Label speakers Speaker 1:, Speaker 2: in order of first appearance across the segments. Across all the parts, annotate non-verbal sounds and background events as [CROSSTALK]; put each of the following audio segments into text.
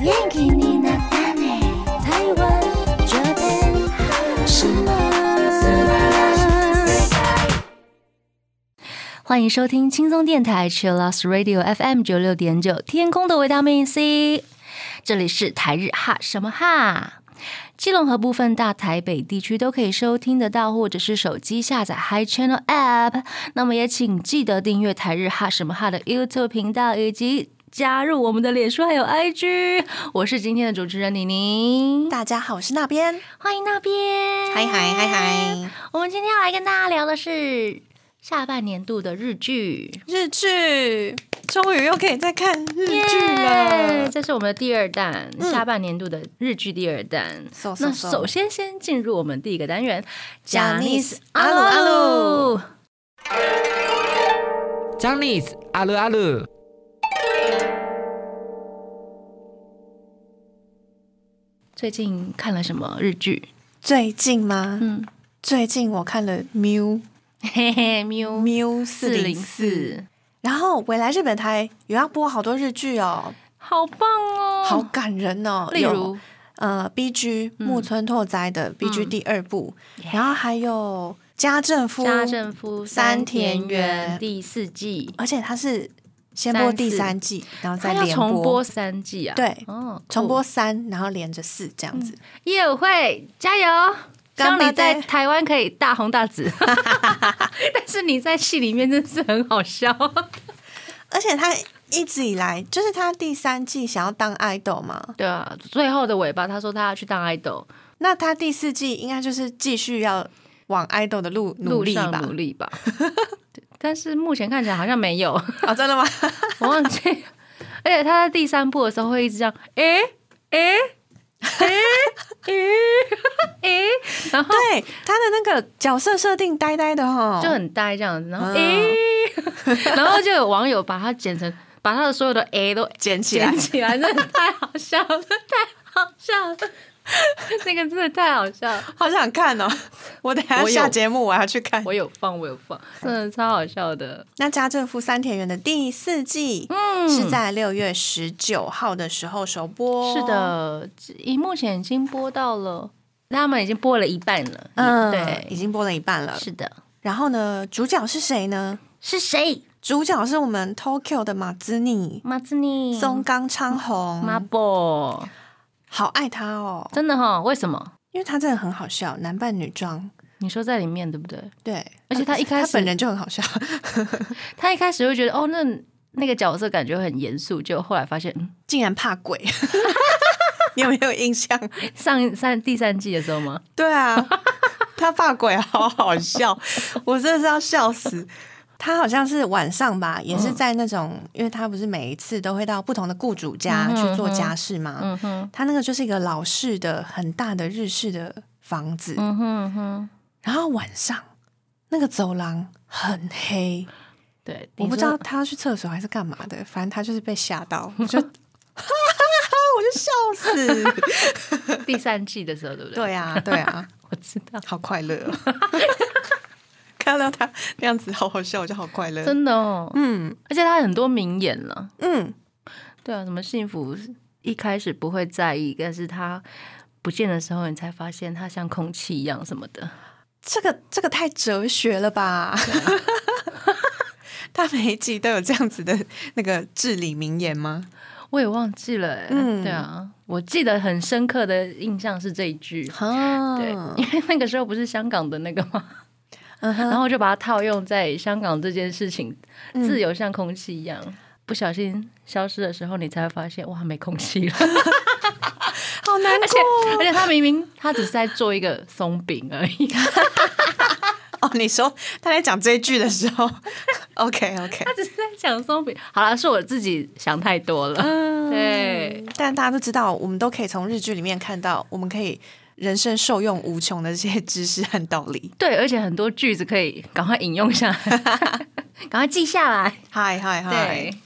Speaker 1: 元気になったね台湾这边什么？
Speaker 2: 欢迎收听轻松电台 Chillus Radio FM 九六点九，天空的维他命 C，这里是台日哈什么哈。基隆和部分大台北地区都可以收听得到，或者是手机下载 Hi Channel App。那么也请记得订阅台日哈什么哈的 YouTube 频道，以及加入我们的脸书还有 IG。我是今天的主持人妮妮，
Speaker 3: 大家好，我是那边，
Speaker 2: 欢迎那边，
Speaker 3: 嗨嗨嗨嗨，
Speaker 2: 我们今天要来跟大家聊的是下半年度的日剧。
Speaker 3: 日剧终于又可以再看日剧
Speaker 2: 耶
Speaker 3: 了。
Speaker 2: 这是我们的第二弹，
Speaker 3: 嗯
Speaker 2: 下半年度的日剧第二弹。
Speaker 3: So, so,
Speaker 2: 那
Speaker 3: so
Speaker 2: 首先先进入我们第一个单元
Speaker 3: Janice，
Speaker 2: 阿鲁阿鲁。
Speaker 4: ジャニーズあるある
Speaker 2: 最近看了什么日剧？
Speaker 3: 最近吗？
Speaker 2: 嗯，
Speaker 3: 最近我看了《Miu
Speaker 2: 嘿嘿，喵
Speaker 3: Miu 四
Speaker 2: 哦四
Speaker 3: 零
Speaker 2: 零
Speaker 3: 四》，
Speaker 2: 四，
Speaker 3: 然后未来日本台有要播好多日剧哦，
Speaker 2: 好棒哦！
Speaker 3: 好，感人哦。
Speaker 2: 例
Speaker 3: 有
Speaker 2: 如嗯
Speaker 3: 呃，B G 木村拓哉的 B G 第二部，
Speaker 2: Yeah
Speaker 3: 然后还有家政夫，
Speaker 2: 家政夫
Speaker 3: 三田园
Speaker 2: 第四季，
Speaker 3: 而且他是先播第三季，然后
Speaker 2: 它
Speaker 3: 再
Speaker 2: 要
Speaker 3: 连
Speaker 2: 重播三季啊？
Speaker 3: 对
Speaker 2: 哦，
Speaker 3: 重播
Speaker 2: 酷
Speaker 3: 三，然后连着四这样子。
Speaker 2: 业委会加油！希
Speaker 3: 干
Speaker 2: 望
Speaker 3: 杯
Speaker 2: 你在台湾可以大红大
Speaker 3: [LAUGHS]
Speaker 2: 紫，但是你在戏里面真是很好笑。
Speaker 3: 而且他一直以来就是他第三季想要当爱豆嘛，
Speaker 2: 对啊，最后的尾巴，他说他要去当爱豆，
Speaker 3: 那他第四季应该就是继续要往爱豆的路努
Speaker 2: 路
Speaker 3: 力
Speaker 2: 上
Speaker 3: 吧
Speaker 2: 努？力吧。对但是目前看起来好像没
Speaker 3: [LAUGHS]
Speaker 2: 有，
Speaker 3: 啊、真的
Speaker 2: [LAUGHS]
Speaker 3: 吗？
Speaker 2: 我忘记。而且他在第三部的时候会一直这样，诶诶诶诶诶，然后
Speaker 3: 对，他的那个角色设定呆呆的哈，
Speaker 2: [LAUGHS] 就很呆这样子，然后
Speaker 3: 嗯
Speaker 2: 诶，然后就有网友把他剪成，把他的所有的诶都
Speaker 3: 捡起来
Speaker 2: 捡。起来，真的太好笑了，太好笑了， [LAUGHS] 那个真的太好笑了。
Speaker 3: 好想看哦！ [LAUGHS] 我等下
Speaker 2: 我有
Speaker 3: 下节目我要去看。
Speaker 2: 我有放，我有放，真的超好笑的。
Speaker 3: 那家政夫三田园的第四季，
Speaker 2: 嗯
Speaker 3: 是在六月十九号的时候首播。
Speaker 2: 嗯是，的，以目前已经播到了，他们已经播了一半了。
Speaker 3: 嗯，已
Speaker 2: 对，
Speaker 3: 经播了一半了。
Speaker 2: 是的，
Speaker 3: 然后呢，主角是谁呢？
Speaker 2: 是谁？
Speaker 3: 主角是我们 Tokyo 的马兹尼、
Speaker 2: 马自尼
Speaker 3: 松冈昌宏，
Speaker 2: 马博，
Speaker 3: 好爱他哦，
Speaker 2: 真的哈、为什么？
Speaker 3: 因为他真的很好笑，男扮女装，
Speaker 2: 你说在里面对不对？
Speaker 3: 对，呃
Speaker 2: 而且他一开始
Speaker 3: 他本人就很好笑，
Speaker 2: 他一开始会觉得哦，那那个角色感觉很严肃，结果后来发现，嗯，
Speaker 3: 竟然怕鬼， [LAUGHS] 你有没有印象？
Speaker 2: 上一上第三季的时候吗？
Speaker 3: 对啊， [LAUGHS] 他怕鬼，好好笑，我真的是要笑死。他好像是晚上吧，也
Speaker 2: 嗯
Speaker 3: 是在那种，因为他不是每一次都会到不同的雇主家
Speaker 2: 嗯哼
Speaker 3: 去做家事嘛，
Speaker 2: 嗯哼，
Speaker 3: 他那个就是一个老式的很大的日式的房子，
Speaker 2: 嗯哼嗯哼。
Speaker 3: 然后晚上那个走廊很黑，
Speaker 2: 对，
Speaker 3: 我
Speaker 2: 你
Speaker 3: 不知
Speaker 2: 说
Speaker 3: 道他要去厕所还是干嘛的，反正他就是被吓到，
Speaker 2: [LAUGHS]
Speaker 3: 我就 [LAUGHS] 哈哈哈，我就笑死。
Speaker 2: 第三季的时候，对不对？
Speaker 3: 对啊，对啊，
Speaker 2: 我知道，
Speaker 3: 好快乐、哦。 [LAUGHS] 看到他那样子，好好笑，我就好快乐。
Speaker 2: 真的哦，
Speaker 3: 嗯
Speaker 2: 而且他很多名言了。
Speaker 3: 嗯，
Speaker 2: 对啊，什么幸福一开始不会在意，但是他不见的时候，你才发现它像空气一样什么的。
Speaker 3: 这个这个太哲学了吧？ [LAUGHS] 他每一集都有这样子的那个至理名言吗？
Speaker 2: 我也忘记了、欸，
Speaker 3: 嗯
Speaker 2: 对啊，我记得很深刻的印象是这一句。
Speaker 3: 啊
Speaker 2: 对，因为那个时候不是香港的那个吗？
Speaker 3: 嗯哼
Speaker 2: 然后就把它套用在香港这件事情，
Speaker 3: 嗯
Speaker 2: 自由像空气一样，不小心消失的时候，你才会发现哇，没空气了。
Speaker 3: 好难
Speaker 2: 而且
Speaker 3: 过
Speaker 2: 而且他明明他只是在做一个松饼而已，
Speaker 3: 哦！你说他在讲这一句的时候 [LAUGHS] ，OK OK，
Speaker 2: 他只是在讲松饼。好了，是我自己想太多了。
Speaker 3: 嗯，
Speaker 2: 对，
Speaker 3: 但大家都知道，我们都可以从日剧里面看到，我们可以人生受用无穷的这些知识和道理。
Speaker 2: 对，而且很多句子可以赶快引用下来，赶快记下来。
Speaker 3: 嗨嗨嗨
Speaker 2: 对！，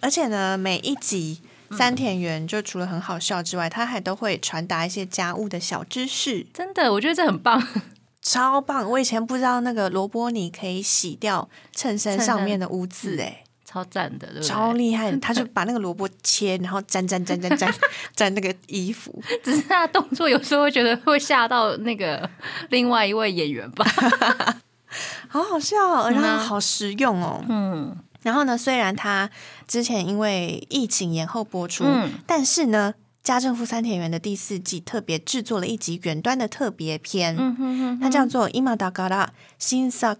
Speaker 3: 而且呢，每一集三田园就除了很好笑之外，他还都会传达一些家务的小知识，
Speaker 2: 真的，我觉得这很棒。
Speaker 3: 超棒！我以前不知道那个萝卜泥可以洗掉衬衫
Speaker 2: 衬衫
Speaker 3: 上面的污渍、欸，哎，
Speaker 2: 超赞的，对不对？
Speaker 3: 超厉害的，他就把那个萝卜切，然后沾沾沾沾沾 [LAUGHS] 沾那个衣服，
Speaker 2: 只是他的动作有时候会觉得会吓到那个另外一位演员吧。
Speaker 3: 好好笑哦、
Speaker 2: 嗯啊
Speaker 3: 然后好实用哦。
Speaker 2: 嗯，
Speaker 3: 然后呢，虽然他之前因为疫情延后播出，
Speaker 2: 嗯
Speaker 3: 但是呢，家政妇三田园的第四季特别制作了一集远端的特别篇，
Speaker 2: 嗯哼哼
Speaker 3: 它叫做《今だから新作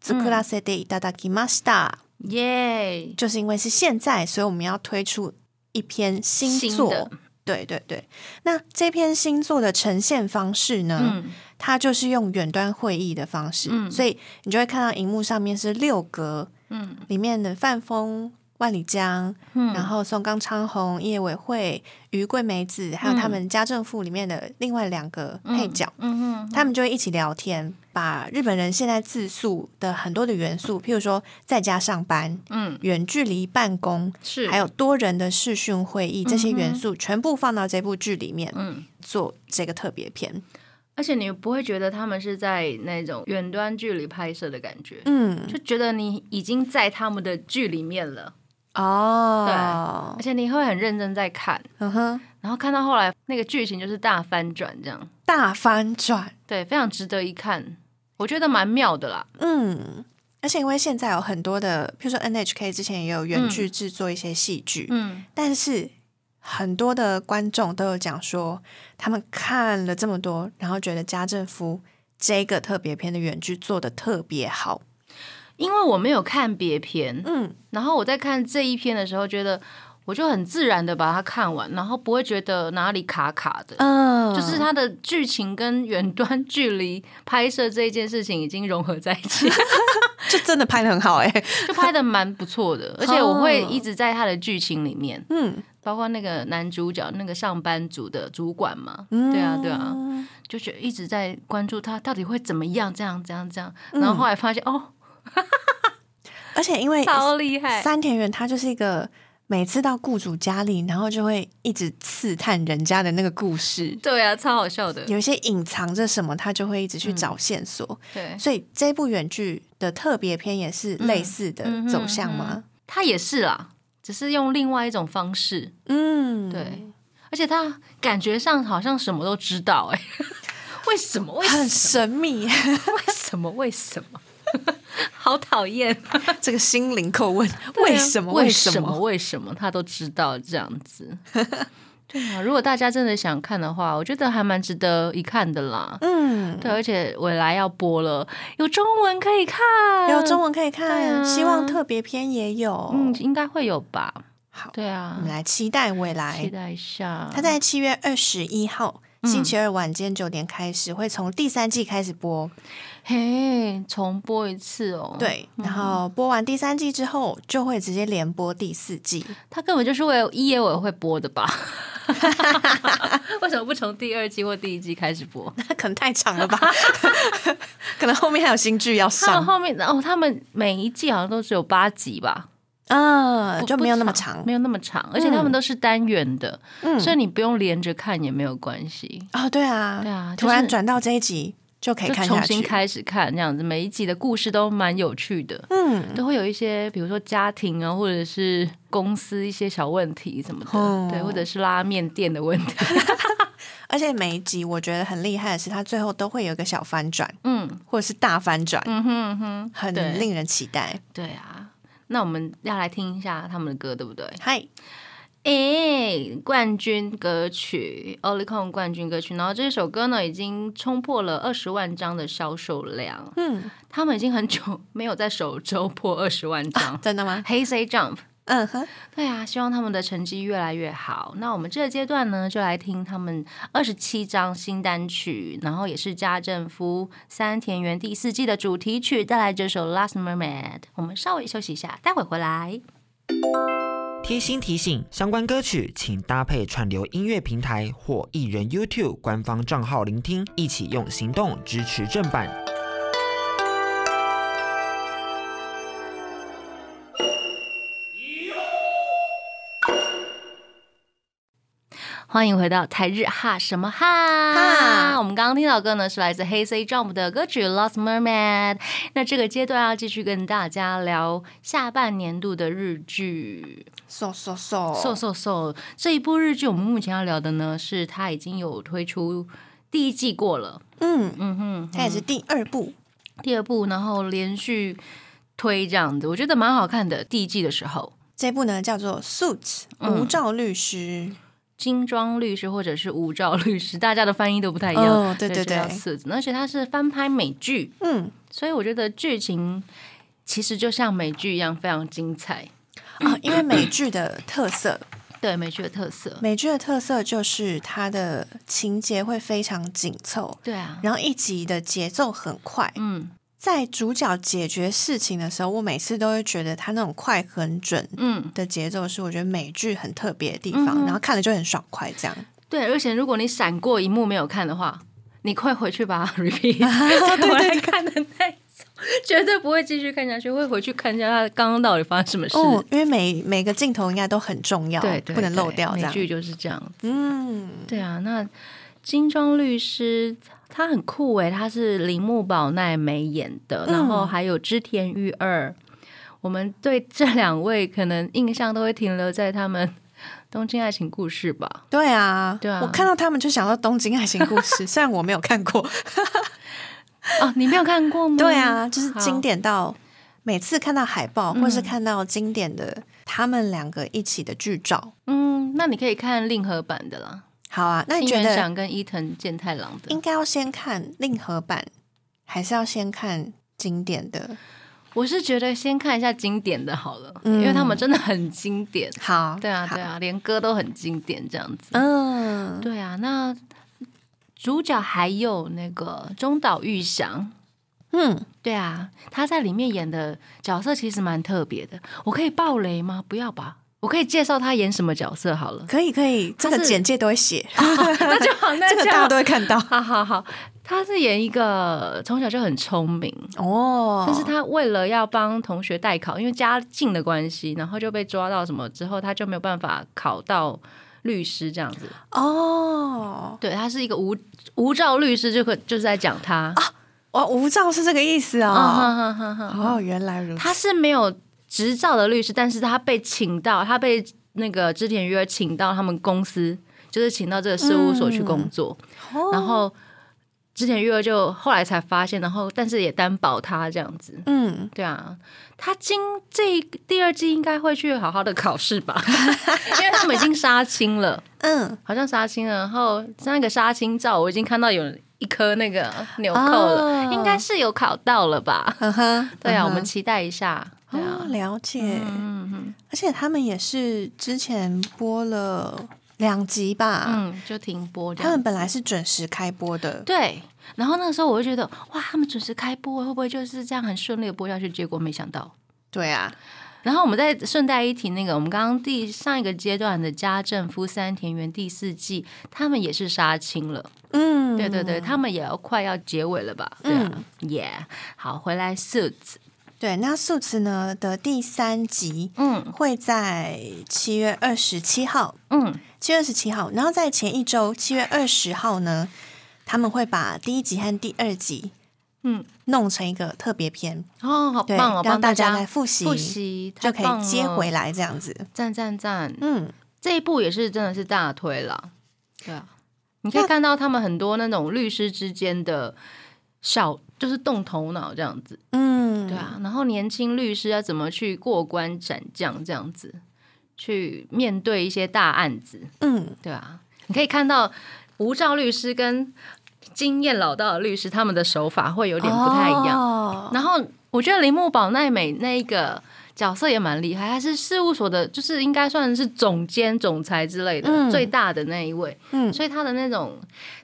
Speaker 3: 作らせていただきました》
Speaker 2: 耶，
Speaker 3: 就是因为是现在，所以我们要推出一篇新
Speaker 2: 新的
Speaker 3: 作。对对对，那这篇新作的呈现方式呢？
Speaker 2: 嗯
Speaker 3: 它就是用远端会议的方式，
Speaker 2: 嗯
Speaker 3: 所以你就会看到荧幕上面是六格，
Speaker 2: 嗯
Speaker 3: 里面的范风、万里江，
Speaker 2: 嗯
Speaker 3: 然后松冈昌宏、叶委会、于桂梅子，还有他们家政妇里面的另外两个配角，
Speaker 2: 嗯哼，
Speaker 3: 他们就会一起聊天，把日本人现在自述的很多的元素，譬如说在家上班、
Speaker 2: 嗯
Speaker 3: 远距离办公，
Speaker 2: 是，
Speaker 3: 还有多人的视讯会议这些元素，全部放到这部剧里面
Speaker 2: 嗯，
Speaker 3: 做这个特别篇。
Speaker 2: 而且你不会觉得他们是在那种远端距离拍摄的感觉，
Speaker 3: 嗯，
Speaker 2: 就觉得你已经在他们的剧里面了，
Speaker 3: 哦
Speaker 2: 而，且你会很认真在看，
Speaker 3: 嗯哼，
Speaker 2: 然后看到后来那个剧情就是大翻转这样，
Speaker 3: 大翻转，
Speaker 2: 对，非常值得一看，我觉得蛮妙的啦。
Speaker 3: 嗯。而且因为现在有很多的，譬如说 NHK 之前也有原剧制作一些戏剧，
Speaker 2: 嗯，
Speaker 3: 但是很多的观众都有讲说，他们看了这么多，然后觉得家政夫这个特别篇的原剧做的特别好，
Speaker 2: 因为我没有看别篇，
Speaker 3: 嗯，
Speaker 2: 然后我在看这一篇的时候，觉得我就很自然的把它看完，然后不会觉得哪里卡卡的。
Speaker 3: 嗯
Speaker 2: 就是它的剧情跟远端 [LAUGHS] 距离拍摄这一件事情已经融合在一起，
Speaker 3: 就真的拍的很好哎、
Speaker 2: 就拍的蛮不错的。而且我会一直在它的剧情里面，
Speaker 3: 哦嗯，
Speaker 2: 包括那个男主角那个上班族的主管嘛，
Speaker 3: 嗯
Speaker 2: 对啊对啊，就觉得一直在关注他到底会怎么样，这样这样这样。
Speaker 3: 嗯
Speaker 2: 然后后来发现、哦，
Speaker 3: [LAUGHS] 而且因为
Speaker 2: 超厉害，
Speaker 3: 哎三田园他就是一个每次到雇主家里，然后就会一直刺探人家的那个故事，
Speaker 2: 对啊，超好笑的，
Speaker 3: 有一些隐藏着什么，他就会一直去找线索。
Speaker 2: 对。
Speaker 3: 所以这部远剧的特别篇也是类似的
Speaker 2: 嗯嗯嗯
Speaker 3: 走
Speaker 2: 嗯
Speaker 3: 向吗？
Speaker 2: 他也是啦，只是用另外一种方式，
Speaker 3: 嗯，
Speaker 2: 对，，而且他感觉上好像什么都知道、哎， [LAUGHS] 为什么？为什
Speaker 3: 很
Speaker 2: 么？
Speaker 3: 神秘，
Speaker 2: 为什么？为什么？ [LAUGHS] 好讨厌！
Speaker 3: 这个心灵叩问，啊为什么？
Speaker 2: 啊为
Speaker 3: 什
Speaker 2: 什么？
Speaker 3: 么？
Speaker 2: 为什么他都知道这样
Speaker 3: [LAUGHS]
Speaker 2: 子？对啊，如果大家真的想看的话，我觉得还蛮值得一看的啦。
Speaker 3: 嗯，
Speaker 2: 对，而且未来要播了，有中文可以看，
Speaker 3: 有中文可
Speaker 2: 对
Speaker 3: 以看，
Speaker 2: 啊
Speaker 3: 希望特别篇也有。
Speaker 2: 嗯，应该会有吧？
Speaker 3: 好，
Speaker 2: 对啊
Speaker 3: 我，们来期待未
Speaker 2: 期
Speaker 3: 来。
Speaker 2: 待一下。
Speaker 3: 他在七月二十一号。
Speaker 2: 嗯
Speaker 3: 星期二晚间九点开始，会从第三季开始播。
Speaker 2: 哦嘿，重播一次哦。，
Speaker 3: 对，然后播完第三季之后，就会直接连播第四季。 [LAUGHS]
Speaker 2: 他根本就是为了业委会播的吧？ [LAUGHS] 为什么不从第二季或第一季开始播？
Speaker 3: 那可能太长
Speaker 2: [LAUGHS]
Speaker 3: 了吧？可能后面还有新剧要
Speaker 2: 他们 [LAUGHS]
Speaker 3: 上，
Speaker 2: 后面哦，他们每一季好像都只有八集吧，
Speaker 3: 嗯，
Speaker 2: 不
Speaker 3: 就没有那么
Speaker 2: 不
Speaker 3: 长
Speaker 2: 没。有那么长，而且他们都是单元的，
Speaker 3: 嗯，
Speaker 2: 所以你不用连着看也没有关系，
Speaker 3: 哦，对啊，
Speaker 2: 对啊
Speaker 3: 突
Speaker 2: 就是
Speaker 3: 然转到这一集就可以
Speaker 2: 就
Speaker 3: 看
Speaker 2: 重
Speaker 3: 下
Speaker 2: 新
Speaker 3: 去。
Speaker 2: 开始看这样子，每一集的故事都蛮有趣的。
Speaker 3: 嗯，
Speaker 2: 都会有一些，比如说家庭啊，或者是公司一些小问题什么的，
Speaker 3: 哦
Speaker 2: 对，或者是拉面店的问题， [LAUGHS]
Speaker 3: 而且每一集我觉得很厉害的是，它最后都会有一个小翻转，
Speaker 2: 嗯，
Speaker 3: 或者是大翻转，
Speaker 2: 嗯哼嗯哼，
Speaker 3: 很
Speaker 2: 对
Speaker 3: 令人期待。
Speaker 2: 对啊。那我们要来听一下他们的歌，对不对？
Speaker 3: 嗨，
Speaker 2: 诶，冠军歌曲 o l i c o n 冠军歌曲，然后这首歌呢已经冲破了二十万张的销售量，
Speaker 3: 嗯，
Speaker 2: 他们已经很久没有在首周破二十万张。
Speaker 3: 真的吗？
Speaker 2: Hey Say Jump，
Speaker 3: 嗯哼，
Speaker 2: 对啊，希望他们的成绩越来越好。那我们这个阶段呢，就来听他们二十七张新单曲，然后也是家政夫三田园第四季的主题曲，带来这首《Last Mermaid》。我们稍微休息一下，待会回来。
Speaker 4: 贴心提醒：相关歌曲请搭配串流音乐平台或艺人 YouTube 官方账号聆听，一起用行动支持正版。
Speaker 2: 欢迎回到台日哈什么哈
Speaker 3: 哈
Speaker 2: 我们刚刚听到的歌呢是来自 Hey Say Jump 的歌曲《Lost Mermaid》。那这个阶段要继续跟大家聊下半年度的日剧。
Speaker 3: 瘦瘦瘦
Speaker 2: 瘦瘦瘦这一部日剧，我们目前要聊的呢是它已经有推出第一季过了，
Speaker 3: 嗯，
Speaker 2: 嗯哼，
Speaker 3: 它也是第二部，
Speaker 2: 第二部，然后连续推这样子，我觉得蛮好看的。第一季的时候，
Speaker 3: 这部呢叫做《Suits》
Speaker 2: 嗯
Speaker 3: 无照律师，
Speaker 2: 金装律师或者是无照律师，大家的翻译都不太一样。
Speaker 3: 哦对对
Speaker 2: 这叫
Speaker 3: 对
Speaker 2: 四字，而且它是翻拍美剧，
Speaker 3: 嗯
Speaker 2: 所以我觉得剧情其实就像美剧一样非常精彩。
Speaker 3: 啊，因为美剧的特色，
Speaker 2: 对美剧的特色，
Speaker 3: 美剧的特色就是它的情节会非常紧凑，
Speaker 2: 对啊，
Speaker 3: 然后一集的节奏很快，
Speaker 2: 嗯
Speaker 3: 在主角解决事情的时候，我每次都会觉得他那种快很准
Speaker 2: 嗯，
Speaker 3: 的节奏是我觉得美剧很特别的地
Speaker 2: 嗯
Speaker 3: 方，然后看了就很爽快，这样
Speaker 2: 对。而且如果你闪过一幕没有看的话，你快回去把它 [LAUGHS]
Speaker 3: [LAUGHS]
Speaker 2: repeat
Speaker 3: 对
Speaker 2: 再
Speaker 3: 对
Speaker 2: 回来
Speaker 3: 对
Speaker 2: 看的那一种，绝对不会继续看下去，会回去看一下它刚刚到底发生什么事。
Speaker 3: 哦，因为每每个镜头应该都很重要，
Speaker 2: 对对，
Speaker 3: 不能漏
Speaker 2: 对
Speaker 3: 掉，这
Speaker 2: 美
Speaker 3: 样，
Speaker 2: 剧就是这样
Speaker 3: 嗯，
Speaker 2: 对啊，那金装律师他很酷诶，他是铃木保奈美演的，
Speaker 3: 嗯
Speaker 2: 然后还有织田裕二。我们对这两位可能印象都会停留在他们《东京爱情故事》吧。
Speaker 3: 对啊，
Speaker 2: 对啊
Speaker 3: 我看到他们就想到《东京爱情故事》， [LAUGHS] 虽然我没有看过，
Speaker 2: 哦，你没有看过吗？
Speaker 3: 对啊，就是
Speaker 2: 嗯
Speaker 3: 经
Speaker 2: 好。
Speaker 3: 典到每次看到海报，
Speaker 2: 嗯
Speaker 3: 或是看到经典的他们两个一起的剧照。
Speaker 2: 嗯，那你可以看令和版的啦，
Speaker 3: 好啊，那你
Speaker 2: 新
Speaker 3: 觉
Speaker 2: 原
Speaker 3: 得
Speaker 2: 赏跟伊藤健太郎的
Speaker 3: 应。该要先看令和版，还是要先看经典的？
Speaker 2: 我是觉得先看一下经典的好了，
Speaker 3: 嗯
Speaker 2: 因为他们真的很经典。
Speaker 3: 好，
Speaker 2: 对啊，
Speaker 3: 好
Speaker 2: 对，啊，连歌都很经典这样子。
Speaker 3: 嗯，
Speaker 2: 对啊，那主角还有那个中岛裕翔，
Speaker 3: 嗯，。
Speaker 2: 对啊，他在里面演的角色其实蛮特别的。我可以爆雷吗？不要吧，我可以介绍他演什么角色好了
Speaker 3: [LAUGHS] 可以可以，这
Speaker 2: 它
Speaker 3: 个
Speaker 2: 是
Speaker 3: 简介都会写，
Speaker 2: 那就好，那
Speaker 3: [LAUGHS] 这
Speaker 2: 就
Speaker 3: 个
Speaker 2: 好
Speaker 3: 大家都会看到
Speaker 2: 好好好，他是演一个从小就很聪明，
Speaker 3: 哦。
Speaker 2: 但是他为了要帮同学代考，因为家境的关系，然后就被抓到什么之后，他就没有办法考到律师这样子。
Speaker 3: 哦，
Speaker 2: 对他是一个无无照律师，就可就是在讲他。
Speaker 3: 我无照是这个意思哦。
Speaker 2: 啊哈哈哈哈！
Speaker 3: 哦，原来如此。
Speaker 2: 他是没有执照的律师，但是他被请到，他被那个织田约请到他们公司，就是请到这个事务所去工作。
Speaker 3: 哦
Speaker 2: 然后织田约就后来才发现，然后但是也担保他这样子。
Speaker 3: 嗯，
Speaker 2: 对啊，他今这第二季应该会去好好的考试
Speaker 3: [LAUGHS]
Speaker 2: 吧，因为他们已经杀青了，
Speaker 3: 嗯，
Speaker 2: 好像杀青了。然后那个杀青照，我已经看到有一颗那个纽扣了，
Speaker 3: 哦
Speaker 2: 应该是有考到了吧？
Speaker 3: 嗯哼，
Speaker 2: 对啊，
Speaker 3: 嗯
Speaker 2: 我
Speaker 3: 哼
Speaker 2: 们期待一下。对啊
Speaker 3: 哦，，了解。
Speaker 2: 嗯嗯
Speaker 3: 而且他们也是之前播了两集吧，
Speaker 2: 嗯，就停播这
Speaker 3: 他
Speaker 2: 样。
Speaker 3: 们本来是准时开播的，
Speaker 2: 对，然后那个时候我就觉得，哇，他们准时开播，会不会就是这样很顺利的播下去？结果没想到。
Speaker 3: 对啊，
Speaker 2: 然后我们再顺带一提，那个我们刚刚第上一个阶段的家政夫三田园第四季，他们也是杀青了。
Speaker 3: 嗯，
Speaker 2: 对对对，他们也要快要结尾了吧？对啊，耶、好，回来 Suits，
Speaker 3: 对。那《素词》呢的第三集
Speaker 2: 嗯
Speaker 3: 会在七月二十七号，
Speaker 2: 嗯，
Speaker 3: 七月二十七号，然后在前一周七月二十号呢，他们会把第一集和第二集，
Speaker 2: 嗯，
Speaker 3: 弄成一个特别篇，
Speaker 2: 哦，好
Speaker 3: 对，
Speaker 2: 棒哦，
Speaker 3: 让
Speaker 2: 帮
Speaker 3: 大
Speaker 2: 家
Speaker 3: 来复习，
Speaker 2: 复习，
Speaker 3: 就
Speaker 2: 太
Speaker 3: 可
Speaker 2: 棒
Speaker 3: 以接
Speaker 2: 了
Speaker 3: 回，来这样子，
Speaker 2: 赞赞赞，
Speaker 3: 嗯。
Speaker 2: 这一部也是真的是大推了，对啊，你可以看到他们很多那种律师之间的小，就是动头脑这样子，
Speaker 3: 嗯，
Speaker 2: 对啊，然后年轻律师要怎么去过关斩将这样子，去面对一些大案子，
Speaker 3: 嗯，
Speaker 2: 对啊，你可以看到无照律师跟经验老道的律师他们的手法会有
Speaker 3: 有
Speaker 2: 点不太一样，
Speaker 3: 样。
Speaker 2: 然后我觉得铃木保奈美那一个角色也蛮厉害，她是事务所的，就是应该算是总监、总裁之类的、
Speaker 3: 嗯
Speaker 2: 最大的那一位，
Speaker 3: 嗯，
Speaker 2: 所以她的那种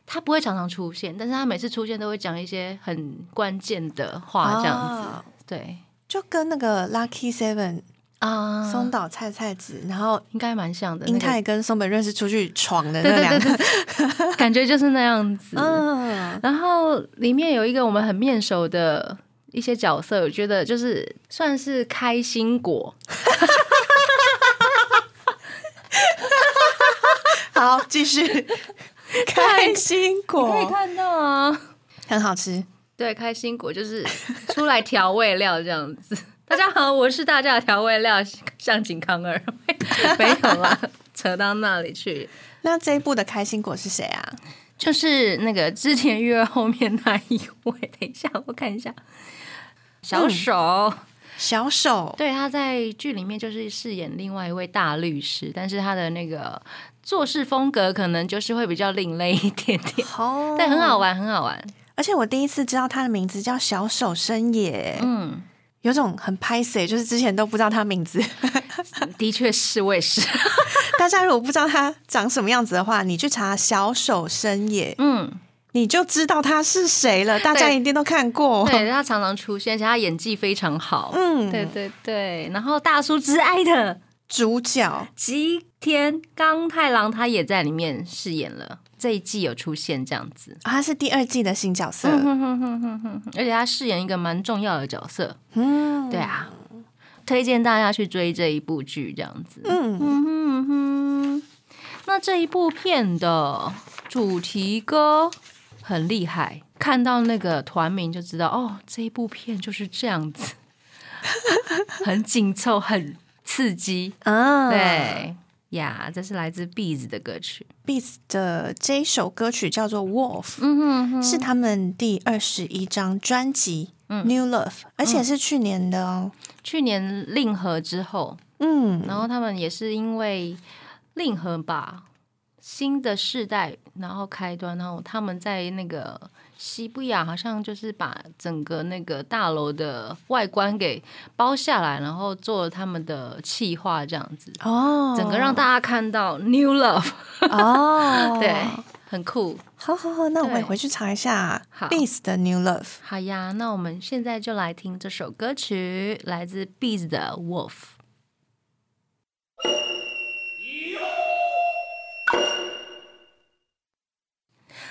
Speaker 2: 她不会常常出现，但是她每次出现都会讲一些很关键的话，这样子，
Speaker 3: 啊
Speaker 2: 对
Speaker 3: 就跟那个 Lucky Seven
Speaker 2: 啊，
Speaker 3: 松岛菜菜子，然后
Speaker 2: 应该蛮像的，嗯
Speaker 3: 英
Speaker 2: 那个
Speaker 3: 泰跟松本润是出去闯的
Speaker 2: 对
Speaker 3: 那
Speaker 2: 对
Speaker 3: 两
Speaker 2: 对
Speaker 3: 个，
Speaker 2: 对
Speaker 3: [LAUGHS]
Speaker 2: 对，感觉就是那样子，
Speaker 3: 嗯，
Speaker 2: 然后里面有一个我们很面熟的一些角色，我觉得就是算是开心果，
Speaker 3: 好，继续 [LAUGHS] 开心
Speaker 2: 可以
Speaker 3: 果
Speaker 2: 看到啊。
Speaker 3: 很好吃，
Speaker 2: 对，开心果就是出来调味料这样子。 [LAUGHS] 大家好，我是大家的调味料向井康二， [LAUGHS] 没有啦，扯到那里去，
Speaker 3: 那这一部的开心果是谁啊？
Speaker 2: 就是那个织田裕二后面那一位。等一下，我看一下，小手，
Speaker 3: 小手
Speaker 2: 对，他在剧里面就是饰演另外一位大律师，但是他的那个做事风格可能就是会比较另类一点点，
Speaker 3: 哦
Speaker 2: 但很好。玩，很好玩，
Speaker 3: 而且我第一次知道他的名字叫小手伸野，
Speaker 2: 嗯，
Speaker 3: 有种很拍死，就是之前都不知道他名字。 [LAUGHS]
Speaker 2: 的确是，我也是，
Speaker 3: 大家如果不知道他长什么样子的话，你去查小手伸野，
Speaker 2: 嗯。
Speaker 3: 你就知道他是谁了。大家一定都看过。
Speaker 2: 嗯对他常常出现，而且他演技非常好。
Speaker 3: 嗯，
Speaker 2: [LAUGHS] 对对对，然后大叔之爱的
Speaker 3: 主角啊
Speaker 2: 吉田刚太郎他也在里面饰演了，这一季有出现这样子。 [LAUGHS]
Speaker 3: 啊他是第二季的新角色。
Speaker 2: 嗯哼哼哼哼哼，而且他饰演一个蛮重要的角色。
Speaker 3: 嗯，
Speaker 2: 对啊，推荐大家去追这一部剧这样子。
Speaker 3: 嗯，
Speaker 2: 嗯哼嗯哼，那这一部片的主题歌很厉害，看到那个团名就知道，哦，这一部片就是这样子， [LAUGHS] 很紧凑，很刺激。
Speaker 3: 啊，
Speaker 2: 对呀，这是来自 Bees 的歌曲。
Speaker 3: ，Beats 的这一首歌曲叫做《Wolf》，
Speaker 2: 嗯哼哼，
Speaker 3: 是他们第二十一张专辑《New
Speaker 2: 嗯
Speaker 3: Love》，而且是去年的哦。
Speaker 2: 去年令和之后，
Speaker 3: 嗯，
Speaker 2: 然后他们也是因为令和吧，新的世代，然后开端，然后他们在那个西布亚好像就是把整个那个大楼的外观给包下来，然后做了他们的企划这样子，
Speaker 3: 哦，
Speaker 2: 整个让大家看到 new love， [LAUGHS]
Speaker 3: 哦，
Speaker 2: 对，很酷。
Speaker 3: 好好好，那我
Speaker 2: 对
Speaker 3: 也回去查一下
Speaker 2: 好
Speaker 3: Beats 的《New Love》。
Speaker 2: 好呀，那我们现在就来听这首歌曲，来自 Bees 的 Wolf。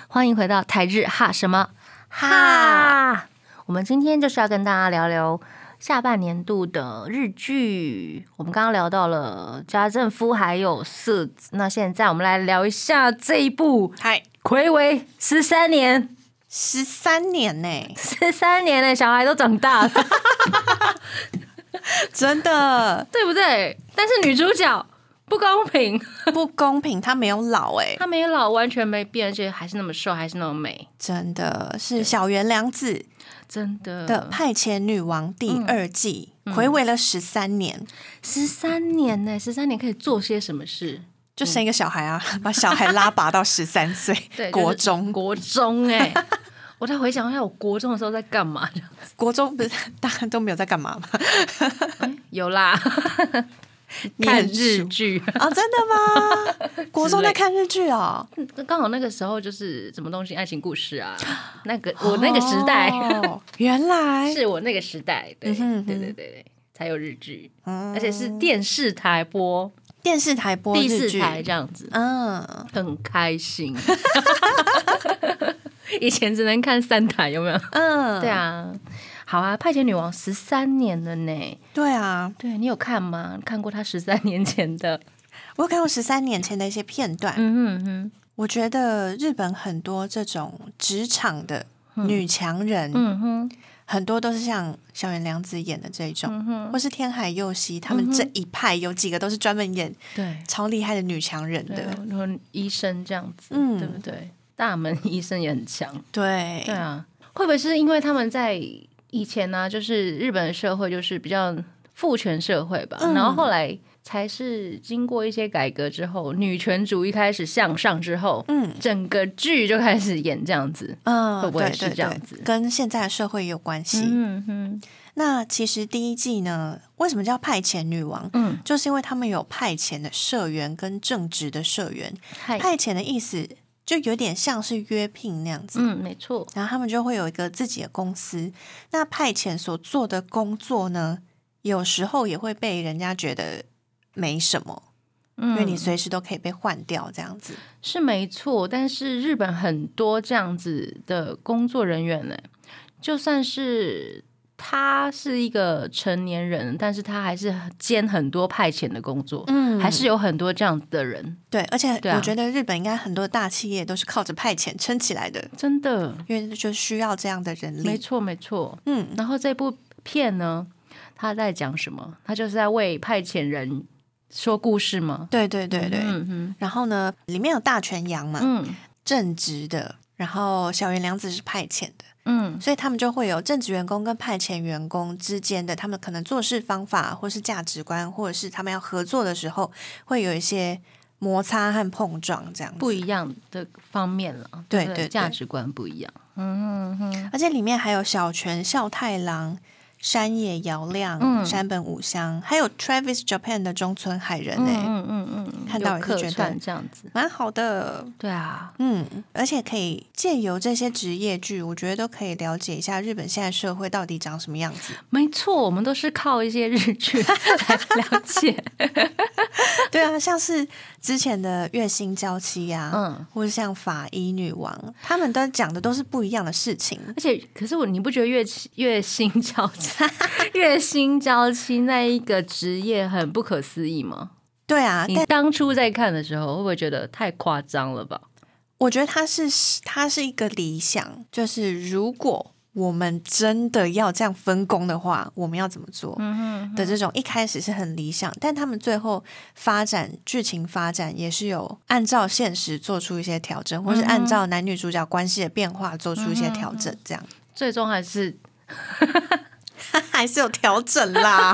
Speaker 2: 欢迎回到台日哈什么哈？我们今天就是要跟大家聊聊下半年度的日剧。我们刚刚聊到了家政夫还有四，那现在我们来聊一下这一部
Speaker 3: 嗨，
Speaker 2: 魁违十三年。
Speaker 3: 十三年呢、
Speaker 2: 十三年的小孩都长大了，
Speaker 3: [LAUGHS] 真的
Speaker 2: 对不对？但是女主角不公平，
Speaker 3: 不公平，他没有老哎、
Speaker 2: 她没老，完全没变，而且还是那么瘦，还是那么美，
Speaker 3: 真的是小原良子
Speaker 2: 真的。
Speaker 3: 的《派遣女王》第二季，
Speaker 2: 嗯
Speaker 3: 回味了十三年，
Speaker 2: 十三年呢，十三年可以做些什么事？
Speaker 3: 就生一个小孩啊，把小孩拉拔到十三岁
Speaker 2: 嗯 [LAUGHS] 对，，
Speaker 3: 国
Speaker 2: 就是
Speaker 3: 中，
Speaker 2: 国中
Speaker 3: [LAUGHS]
Speaker 2: 哎、我在回想一下，我国中的时候在干嘛？这样
Speaker 3: 国中不是大家都没有在
Speaker 2: [LAUGHS]
Speaker 3: 干嘛吗？
Speaker 2: 有
Speaker 3: [LAUGHS]
Speaker 2: 啦，看
Speaker 3: 念
Speaker 2: 日
Speaker 3: 书
Speaker 2: 剧。
Speaker 3: 啊，真
Speaker 2: [LAUGHS]
Speaker 3: 的吗？国中在看日剧哦，
Speaker 2: 刚好那个时候就是什么东西，爱情故事啊，那个我那个时
Speaker 3: [LAUGHS]
Speaker 2: 代、
Speaker 3: 哦，原来
Speaker 2: 是我那个时代，对、
Speaker 3: 嗯哼嗯哼
Speaker 2: 对对对对，才有日剧。
Speaker 3: 嗯
Speaker 2: 而且是电视台播
Speaker 3: 电视台播
Speaker 2: 第
Speaker 3: 日
Speaker 2: 四
Speaker 3: 剧，
Speaker 2: 台这样子，
Speaker 3: 嗯，
Speaker 2: 很开心。 [LAUGHS] 以前只能看三台，有没有？[LAUGHS]
Speaker 3: 嗯，
Speaker 2: 对，啊，好啊，《派遣女王》十三年了呢。
Speaker 3: 对啊，
Speaker 2: 对你有看吗？看过她十三年前的？
Speaker 3: 我有看过十三年前的一些片段，
Speaker 2: 嗯哼哼，
Speaker 3: 我觉得日本很多这种职场的女强人，
Speaker 2: 嗯哼，
Speaker 3: 很多都是像小原良子演的这一种，
Speaker 2: 嗯哼
Speaker 3: 或是天海佑希，他们这一派有几个都是专门演
Speaker 2: 对
Speaker 3: 超厉害的女强人
Speaker 2: 对，
Speaker 3: 的。
Speaker 2: 然后医生这样子，
Speaker 3: 嗯
Speaker 2: 对不对？大门医生也很强。
Speaker 3: 对，
Speaker 2: 对啊，会不会是因为他们在以前呢、就是日本社会就是比较父权社会吧，
Speaker 3: 嗯
Speaker 2: 然后后来才是经过一些改革之后，女权主义开始向上之后，
Speaker 3: 嗯
Speaker 2: 整个剧就开始演这样子。
Speaker 3: 嗯，
Speaker 2: 会不会
Speaker 3: 对
Speaker 2: 是
Speaker 3: 对
Speaker 2: 这样子
Speaker 3: 对，跟现在的社会有关系。
Speaker 2: 嗯哼，
Speaker 3: 那其实第一季呢，为什么叫派遣女王？
Speaker 2: 嗯，
Speaker 3: 就是因为他们有派遣的社员跟正职的社员。
Speaker 2: 嗨，
Speaker 3: 派遣的意思就有点像是约聘那样子，
Speaker 2: 嗯，没错，
Speaker 3: 然后他们就会有一个自己的公司。那派遣所做的工作呢，有时候也会被人家觉得没什么，因
Speaker 2: 嗯，
Speaker 3: 为你随时都可以被换掉这样子。
Speaker 2: 是没错，但是日本很多这样子的工作人员呢，就算是他是一个成年人，但是他还是兼很多派遣的工作，
Speaker 3: 嗯
Speaker 2: 还是有很多这样的人，
Speaker 3: 对，而且
Speaker 2: 对啊
Speaker 3: 我觉得日本应该很多大企业都是靠着派遣撑起来的，
Speaker 2: 真的，
Speaker 3: 因为就需要这样的人
Speaker 2: 没
Speaker 3: 力。
Speaker 2: 错没错。
Speaker 3: 嗯，
Speaker 2: 然后这部片呢，他在讲什么？他就是在为派遣人说故事吗？
Speaker 3: 对对对啊对。
Speaker 2: 嗯哼
Speaker 3: 然后呢，里面有大泉洋嘛，
Speaker 2: 嗯
Speaker 3: 正职的，然后小原良子是派遣的，
Speaker 2: 嗯
Speaker 3: 所以他们就会有正职员工跟派遣员工之间的，他们可能做事方法，或是价值观，或者是他们要合作的时候，会有一些摩擦和碰撞这样子。
Speaker 2: 不一样的方面了，
Speaker 3: 对
Speaker 2: 不
Speaker 3: 对对
Speaker 2: 价值观不一样。嗯哼哼，
Speaker 3: 而且里面还有小泉孝太郎、山野遥亮、
Speaker 2: 嗯
Speaker 3: 山本五香，还有 Travis Japan 的中村海人呢、
Speaker 2: 嗯嗯嗯嗯，
Speaker 3: 看到
Speaker 2: 有
Speaker 3: 也是
Speaker 2: 客
Speaker 3: 觉得
Speaker 2: 串这样子，
Speaker 3: 蛮好的。
Speaker 2: 对啊，
Speaker 3: 嗯，而且可以借由这些职业剧，我觉得都可以了解一下日本现在社会到底长什么样子。
Speaker 2: 没错，我们都是靠一些日剧 [LAUGHS] 来了
Speaker 3: [LAUGHS]
Speaker 2: 解。
Speaker 3: 对啊，像是之前的月薪娇妻呀、
Speaker 2: 嗯
Speaker 3: 嗯，或者像法医女王，他们都讲的都是不一样的事情。
Speaker 2: 而且，可是我你不觉得月薪月薪娇妻
Speaker 3: [LAUGHS]
Speaker 2: 月薪娇妻那一个职业很不可思议吗？
Speaker 3: 对啊，
Speaker 2: 你
Speaker 3: 但
Speaker 2: 当初在看的时候，会不会觉得太夸张了吧？
Speaker 3: 我觉得它是它是一个理想，就是如果我们真的要这样分工的话，我们要怎么做
Speaker 2: 嗯
Speaker 3: 的这种，一开始是很理想，但他们最后发展剧情发展也是有按照现实做出一些调整，或是
Speaker 2: 嗯
Speaker 3: 按照男女主角关系的变化做出一些调整，这样。 [LAUGHS]
Speaker 2: 最终还是
Speaker 3: 还是有调整啦，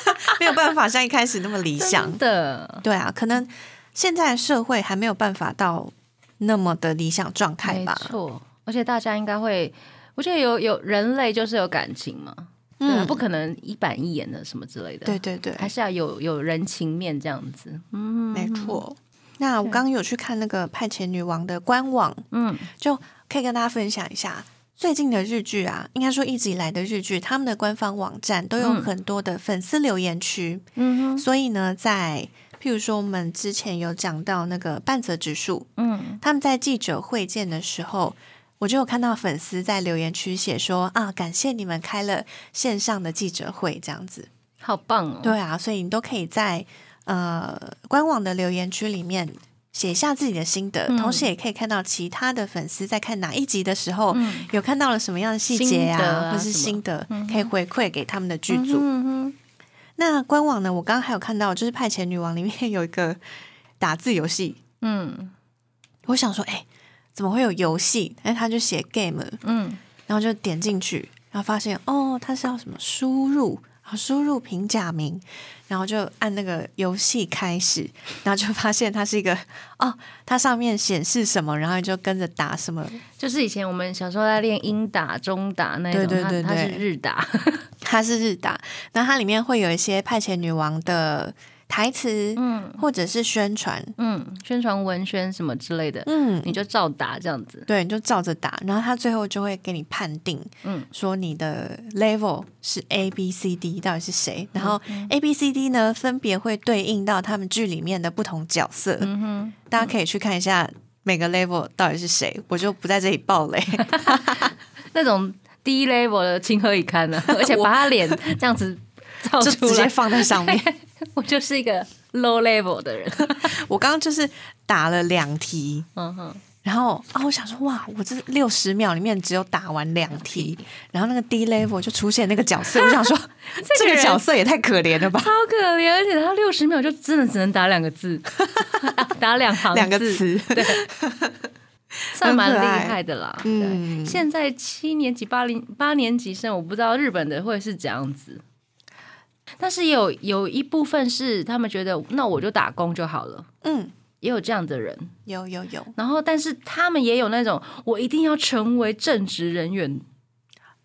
Speaker 3: [LAUGHS] 没有办法像一开始那么理想
Speaker 2: 真。的，
Speaker 3: 对啊，可能现在社会还没有办法到那么的理想状态
Speaker 2: 没
Speaker 3: 吧。
Speaker 2: 错。而且大家应该会，我觉得有有人类就是有感情嘛，对啊、
Speaker 3: 嗯
Speaker 2: 不可能一板一眼的什么之类的，
Speaker 3: 对对对，
Speaker 2: 还是要有有人情面这样子。嗯，
Speaker 3: 没错。那我刚刚有去看那个《派遣女王》的官网，
Speaker 2: 嗯，
Speaker 3: 就可以跟大家分享一下最近的日剧啊，应该说一直以来的日剧，他们的官方网站都有
Speaker 2: 嗯
Speaker 3: 很多的粉丝留言区。
Speaker 2: 嗯哼，
Speaker 3: 所以呢，在譬如说我们之前有讲到那个半泽直树，
Speaker 2: 嗯，
Speaker 3: 他们在记者会见的时候，我就有看到粉丝在留言区写说啊，感谢你们开了线上的记者会这样子。
Speaker 2: 好棒哦。
Speaker 3: 对啊，所以你都可以在呃官网的留言区里面。写下自己的心得，
Speaker 2: 嗯
Speaker 3: 同时也可以看到其他的粉丝在看哪一集的时候，
Speaker 2: 嗯
Speaker 3: 有看到了什么样的细节
Speaker 2: 心得
Speaker 3: 啊，
Speaker 2: 啊
Speaker 3: 或是
Speaker 2: 什么
Speaker 3: 心得，
Speaker 2: 嗯哼
Speaker 3: 可以回馈给他们的剧组。
Speaker 2: 嗯哼
Speaker 3: 那官网呢？我刚刚还有看到，就是《派遣女王》里面有一个打字游戏，
Speaker 2: 嗯
Speaker 3: 我想说，哎、怎么会有游戏？哎，他就写 game，
Speaker 2: 嗯
Speaker 3: 然后就点进去，然后发现哦，他是要什么输入，啊，输入平假名，然后就按那个游戏开始，然后就发现它是一个 [LAUGHS] 哦，它上面显示什么，然后你就跟着打什么，
Speaker 2: 就是以前我们小时候在练英打、中打那一种，
Speaker 3: 对对对
Speaker 2: 它它是
Speaker 3: 对
Speaker 2: 日打， [LAUGHS]
Speaker 3: 它是日打，那它里面会有一些《派遣女王》的台词，
Speaker 2: 嗯
Speaker 3: 或者是宣传，
Speaker 2: 嗯，宣传文宣什么之类的，
Speaker 3: 嗯
Speaker 2: 你就照打这样子。
Speaker 3: 对，你就照着打，然后他最后就会给你判定，
Speaker 2: 嗯
Speaker 3: 嗯，说你的 level 是 A B C D 到底是谁，然后
Speaker 2: 嗯
Speaker 3: A B C D 呢分别会对应到他们剧里面的不同角色，
Speaker 2: 嗯哼，
Speaker 3: 大家可以去看一下每个 level 到底是谁，我就不在这里爆雷。
Speaker 2: 那种低 level 的情何以堪呢、 [LAUGHS] 而且把他脸这样子照
Speaker 3: 就
Speaker 2: 哦出
Speaker 3: 直接
Speaker 2: 来， [LAUGHS]
Speaker 3: 放在上面。
Speaker 2: 我就是一个 low level 的人。 [LAUGHS]
Speaker 3: 我刚刚就是打了两题，
Speaker 2: 嗯哼，
Speaker 3: 然后啊，我想说哇，我这六十秒里面只有打完两题，然后那个 D level 就出现那个角色，我想说
Speaker 2: [LAUGHS] 这
Speaker 3: 这
Speaker 2: 个人
Speaker 3: 个角色也太可怜了吧
Speaker 2: 超。可怜，而且他六十秒就真的只能打两个字， [LAUGHS] 打两行字
Speaker 3: 两个词，
Speaker 2: 对，算蛮
Speaker 3: 很可爱
Speaker 2: 厉害的啦。嗯，
Speaker 3: 嗯
Speaker 2: 现在七年级、八零八年级生，我不知道日本的会是怎样子，但是也有有一部分是他们觉得，那我就打工就好了，
Speaker 3: 嗯，
Speaker 2: 也有这样的人。
Speaker 3: 有有有
Speaker 2: 然后，但是他们也有那种我一定要成为正职人员，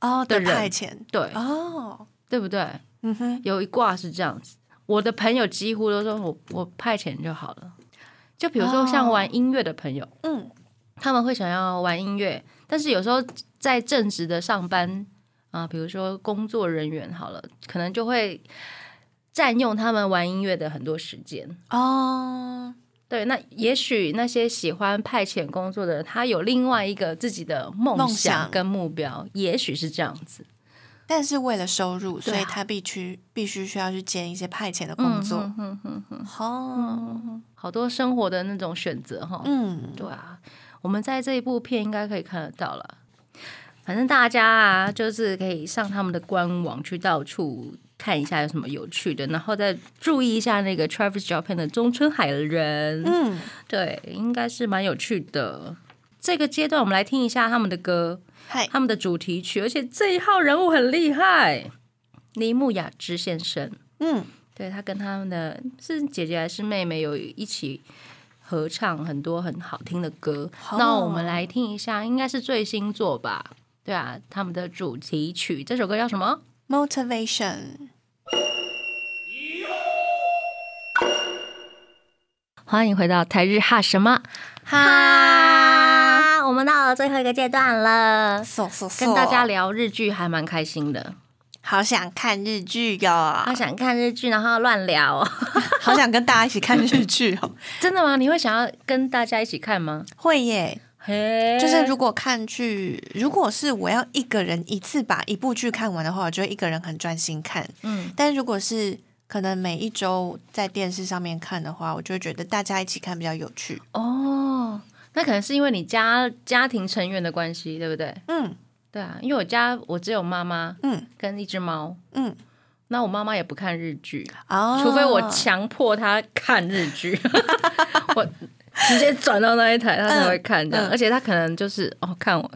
Speaker 3: 哦
Speaker 2: 的人
Speaker 3: 派遣
Speaker 2: 对
Speaker 3: 哦，
Speaker 2: 对不对？
Speaker 3: 嗯哼，
Speaker 2: 有一卦是这样子，我的朋友几乎都说我我派遣就好了。就比如说像
Speaker 3: 哦
Speaker 2: 玩音乐的朋友，
Speaker 3: 嗯，
Speaker 2: 他们会想要玩音乐，但是有时候在正职的上班啊，比如说工作人员好了，可能就会占用他们玩音乐的很多时间。
Speaker 3: 哦，
Speaker 2: 对，那也许那些喜欢派遣工作的人，他有另外一个自己的梦
Speaker 3: 梦
Speaker 2: 想
Speaker 3: 想
Speaker 2: 跟目标，也许是这样子。
Speaker 3: 但是为了收入，所
Speaker 2: 对
Speaker 3: 以
Speaker 2: 啊
Speaker 3: 他必须必须需要去兼一些派遣的工作。
Speaker 2: 嗯嗯嗯
Speaker 3: 哦，
Speaker 2: 嗯，好多生活的那种选择哈。
Speaker 3: 嗯，
Speaker 2: 对啊，我们在这一部片应该可以看得到了。反正大家啊，就是可以上他们的官网去到处看一下有什么有趣的，然后再注意一下那个 Travis Japan 的中村海人。
Speaker 3: 嗯，
Speaker 2: 对，应该是蛮有趣的。这个阶段，我们来听一下他们的歌，
Speaker 3: 嗨，
Speaker 2: 他们的主题曲，而且这一号人物很厉害，铃木雅之先生。
Speaker 3: 嗯，
Speaker 2: 对他跟他们的是姐姐还是妹妹有一起合唱很多很好听的歌。
Speaker 3: 哦
Speaker 2: 那我们来听一下，应该是最新作吧？对啊，他们的主题曲，这首歌叫什么？
Speaker 3: motivation，
Speaker 2: 欢迎回到台日哈什么
Speaker 1: 哈，我们到了最后一个阶段了。
Speaker 3: 嗖嗖嗖，
Speaker 2: 跟大家聊日剧还蛮开心的。
Speaker 3: 好想看日剧哟、哦
Speaker 2: 他，想看日剧，然后乱聊、哦，
Speaker 3: 好想跟大家一起看日剧哦。
Speaker 2: [LAUGHS] 真的吗？你会想要跟大家一起看吗？
Speaker 3: 会耶，
Speaker 2: 嘿，
Speaker 3: 就是如果看剧，如果是我要一个人一次把一部剧看完的话，我就会一个人很专心看。
Speaker 2: 嗯，
Speaker 3: 但如果是可能每一周在电视上面看的话，我就会觉得大家一起看比较有趣。
Speaker 2: 哦，那可能是因为你家家庭成员的关系，对不对？
Speaker 3: 嗯
Speaker 2: 对啊，因为我家我只有妈妈
Speaker 3: 嗯
Speaker 2: 跟一只猫，
Speaker 3: 嗯，
Speaker 2: 那我妈妈也不看日剧，
Speaker 3: 哦，
Speaker 2: 除非我强迫她看日
Speaker 3: [LAUGHS]
Speaker 2: 剧，我直接转到那一台，她才会看这样。
Speaker 3: 嗯嗯
Speaker 2: 而且她可能就是哦看完，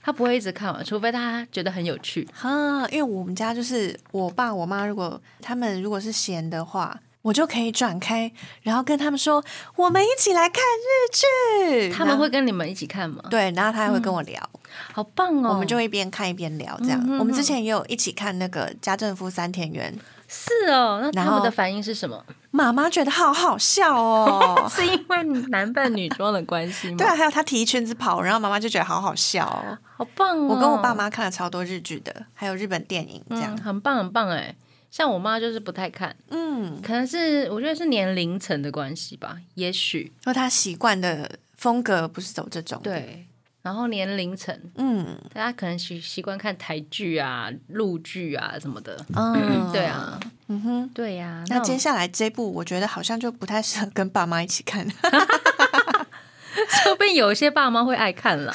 Speaker 2: 她不会一直看完，除非她觉得很有趣。
Speaker 3: 啊，因为我们家就是我爸我妈，如果他们如果是闲的话。我就可以转开，然后跟他们说，我们一起来看日剧。
Speaker 2: 他
Speaker 3: 然
Speaker 2: 们
Speaker 3: 后
Speaker 2: 会嗯跟你们一起看吗？，
Speaker 3: 嗯对，然后他还会跟我聊，
Speaker 2: 好棒哦！
Speaker 3: 我们就一边看一边聊这样。
Speaker 2: 嗯哼
Speaker 3: 我们之
Speaker 2: 哼
Speaker 3: 前也有一起看那个家政夫三田园，
Speaker 2: 是哦，那
Speaker 3: 然
Speaker 2: 他们的
Speaker 3: 后
Speaker 2: 反应是什
Speaker 3: [LAUGHS]
Speaker 2: 么？
Speaker 3: 妈妈觉得好好笑
Speaker 2: [LAUGHS]
Speaker 3: 哦。
Speaker 2: 是因为男扮女装的关系吗？
Speaker 3: 对啊，，还有他提裙子跑，然后妈妈就觉得好好笑哦。
Speaker 2: 好棒哦！
Speaker 3: 我跟我爸妈看了超多日剧的，还有日本电影这样
Speaker 2: 嗯，。很棒很棒哎。像我妈就是不太看，
Speaker 3: 嗯，
Speaker 2: 可能是我觉得是年龄层的关系吧，也许
Speaker 3: 因为他习惯的风格不是走这种。，
Speaker 2: 对。然后年龄层，
Speaker 3: 嗯
Speaker 2: 大家可能习习惯看台剧啊、陆剧啊什么的。[CLEARS THROAT]
Speaker 3: 嗯，
Speaker 2: 对，啊，
Speaker 3: 嗯哼。
Speaker 2: 对呀、我
Speaker 3: 那
Speaker 2: [LAUGHS]
Speaker 3: 接下来这部，我觉得好像就不太适合跟爸妈一起看，
Speaker 2: 说不定有些爸妈会爱看
Speaker 3: [LAUGHS]
Speaker 2: 了。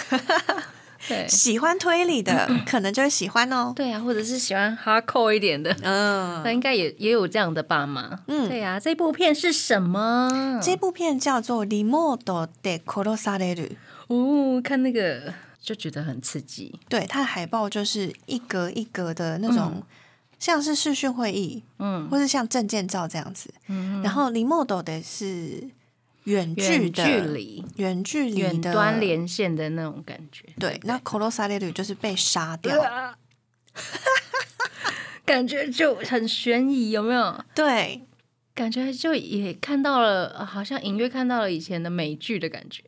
Speaker 2: 对
Speaker 3: 喜欢推理的
Speaker 2: 嗯
Speaker 3: 可能就会喜欢哦。
Speaker 2: 对呀、啊或者是喜欢 hardcore 一点的，那、
Speaker 3: 嗯，
Speaker 2: 应该也也有这样的爸妈。
Speaker 3: 嗯
Speaker 2: 对呀、这部片是什么？
Speaker 3: 这部片叫做《リモートで殺される》，
Speaker 2: 哦，看那个就觉得很刺激。
Speaker 3: 对，它的海报就是一格一格的那种，像是视讯会议，
Speaker 2: 嗯
Speaker 3: 或是像证件照这样子。
Speaker 2: 嗯，
Speaker 3: 然后 remote 的是远距
Speaker 2: 远
Speaker 3: 的
Speaker 2: 距离、
Speaker 3: 远距离的
Speaker 2: 远端连线的那种感
Speaker 3: [LAUGHS]
Speaker 2: 觉。
Speaker 3: 对，那 c o l o s a l e 就是
Speaker 2: [LAUGHS]
Speaker 3: 被杀掉，
Speaker 2: 啊感觉就很悬疑，有没有？
Speaker 3: 对，
Speaker 2: 感觉就也看到了，呃好像隐约看到了以前的美剧的感觉。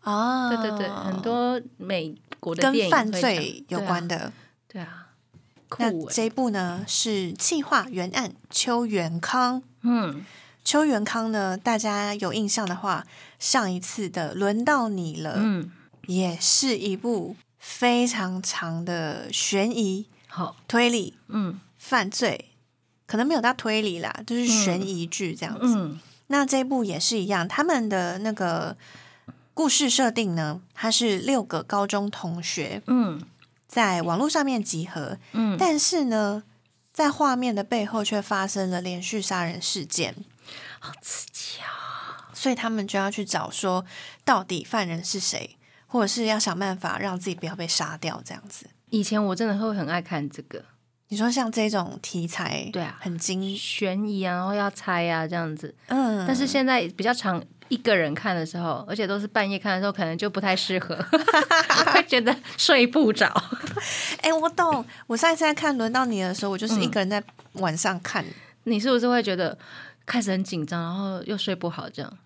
Speaker 3: 啊，
Speaker 2: 对对对，很多美国的电
Speaker 3: 哦跟
Speaker 2: 影
Speaker 3: 犯
Speaker 2: 会
Speaker 3: 罪有
Speaker 2: 讲啊
Speaker 3: 关。的。
Speaker 2: 对啊，对啊
Speaker 3: 那
Speaker 2: 酷欸
Speaker 3: 这一部呢是企划原案邱元康，
Speaker 2: 嗯，
Speaker 3: 邱元康呢，大家有印象的话，上一次的轮到你了，
Speaker 2: 嗯，
Speaker 3: 也是一部非常长的悬疑
Speaker 2: 好，
Speaker 3: 推理
Speaker 2: 嗯
Speaker 3: 犯罪，可能没有到推理啦，就是悬疑剧这样子。
Speaker 2: 嗯
Speaker 3: 那这一部也是一样，他们的那个故事设定呢，它是六个高中同学
Speaker 2: 嗯
Speaker 3: 在网络上面集合，
Speaker 2: 嗯，
Speaker 3: 但是呢，在画面的背后却发生了连续杀人事件，
Speaker 2: 好刺激啊！
Speaker 3: 所以他们就要去找说到底犯人是谁，或者是要想办法让自己不要被杀掉这样子。
Speaker 2: 以前我真的会很爱看这个
Speaker 3: 你说像这种题材，
Speaker 2: 对啊
Speaker 3: 很惊，
Speaker 2: 悬疑啊，然后要猜啊这样子。
Speaker 3: 嗯，
Speaker 2: 但是现在比较常一个人看的时候，而且都是半夜看的时候，可能就不太适合， [LAUGHS] 会觉得睡不着。
Speaker 3: 哎、我懂。 [CLEARS THROAT] 我上一次在看《轮到你》的时候，我
Speaker 2: 嗯
Speaker 3: 就是一个人在晚上看，
Speaker 2: 你是不是会觉得开始很紧张，然后又睡不好这样？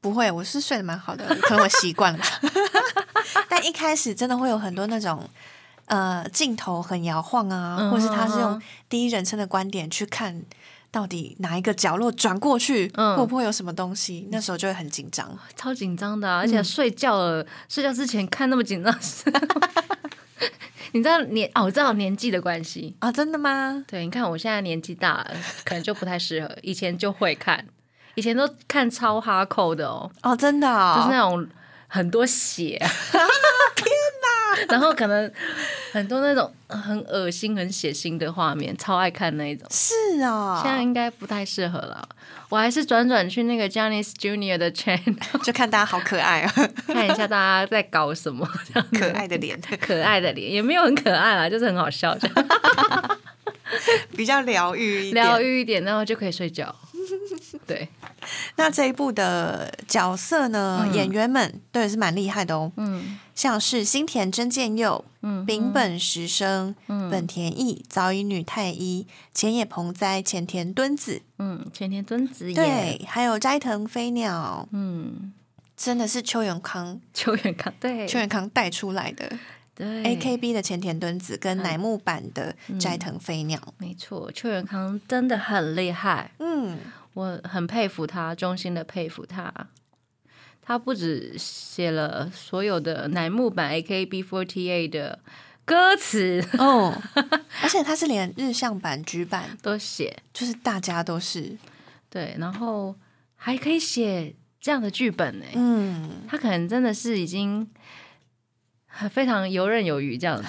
Speaker 3: 不会，我是睡得蛮好的， [LAUGHS] 可能我习惯了。但一开始真的会有很多那种呃镜头很摇晃啊，
Speaker 2: 嗯
Speaker 3: 或是他是
Speaker 2: 嗯
Speaker 3: 用第一人称的观点去看到底哪一个角落转过去、
Speaker 2: 嗯
Speaker 3: 会不会有什么东西，那时候就会很紧张。
Speaker 2: 超紧张的啊、而且睡觉了，睡觉之前看那么紧张，你知道年哦，我知道年纪的关系。
Speaker 3: 啊，真的吗？
Speaker 2: 对，你看我现在年纪大了，可能就不太适合。以前就会看，以前都看超哈扣的哦，
Speaker 3: 哦，真的、哦，
Speaker 2: 就是那种很多血， [LAUGHS] 天哪！ [LAUGHS] 然后可能很多那种很恶心、很血腥的画面，超爱看那一种。
Speaker 3: 是哦，
Speaker 2: 现在应该不太适合了，我还是转转去那个 j a n i c e Junior 的 channel [LAUGHS]
Speaker 3: 就看大家好可爱啊，
Speaker 2: 看一下大家在搞什么，这样
Speaker 3: 可爱的脸，
Speaker 2: 可爱的脸也没有很可爱啦，就是很好 [LAUGHS] 笑，这样
Speaker 3: 比较疗愈一点。
Speaker 2: 疗愈一点，然后就可以睡 [LAUGHS] 觉。对，
Speaker 3: 那这一部的角色呢，演员们都也是蛮厉害的哦，
Speaker 2: 嗯
Speaker 3: 像是新田真剑佑、
Speaker 2: 嗯
Speaker 3: 丙本石生、本田翼、早乙女太一、前野朋哉、前田敦子，
Speaker 2: 嗯，前田敦子演，
Speaker 3: 对，还有斋藤飞鸟，
Speaker 2: 嗯，
Speaker 3: 真的是邱永康，
Speaker 2: 邱元康，对，
Speaker 3: 邱永康带出来的
Speaker 2: 对嗯
Speaker 3: A K B 的前田敦子跟乃木坂的斋藤飞鸟，
Speaker 2: 没错，邱元康真的很厉害， [LAUGHS]
Speaker 3: 嗯，
Speaker 2: 我很佩服他，衷心的佩服他。他不止写了所有的乃木坂 AKB48 的歌词， [LAUGHS]
Speaker 3: 哦，而且他是连日向版、局版，
Speaker 2: 都写
Speaker 3: 就是大家都是，
Speaker 2: 对，然后还可以写这样的剧本呢、
Speaker 3: 嗯，
Speaker 2: 他可能真的是已经很非常游刃有余这样子。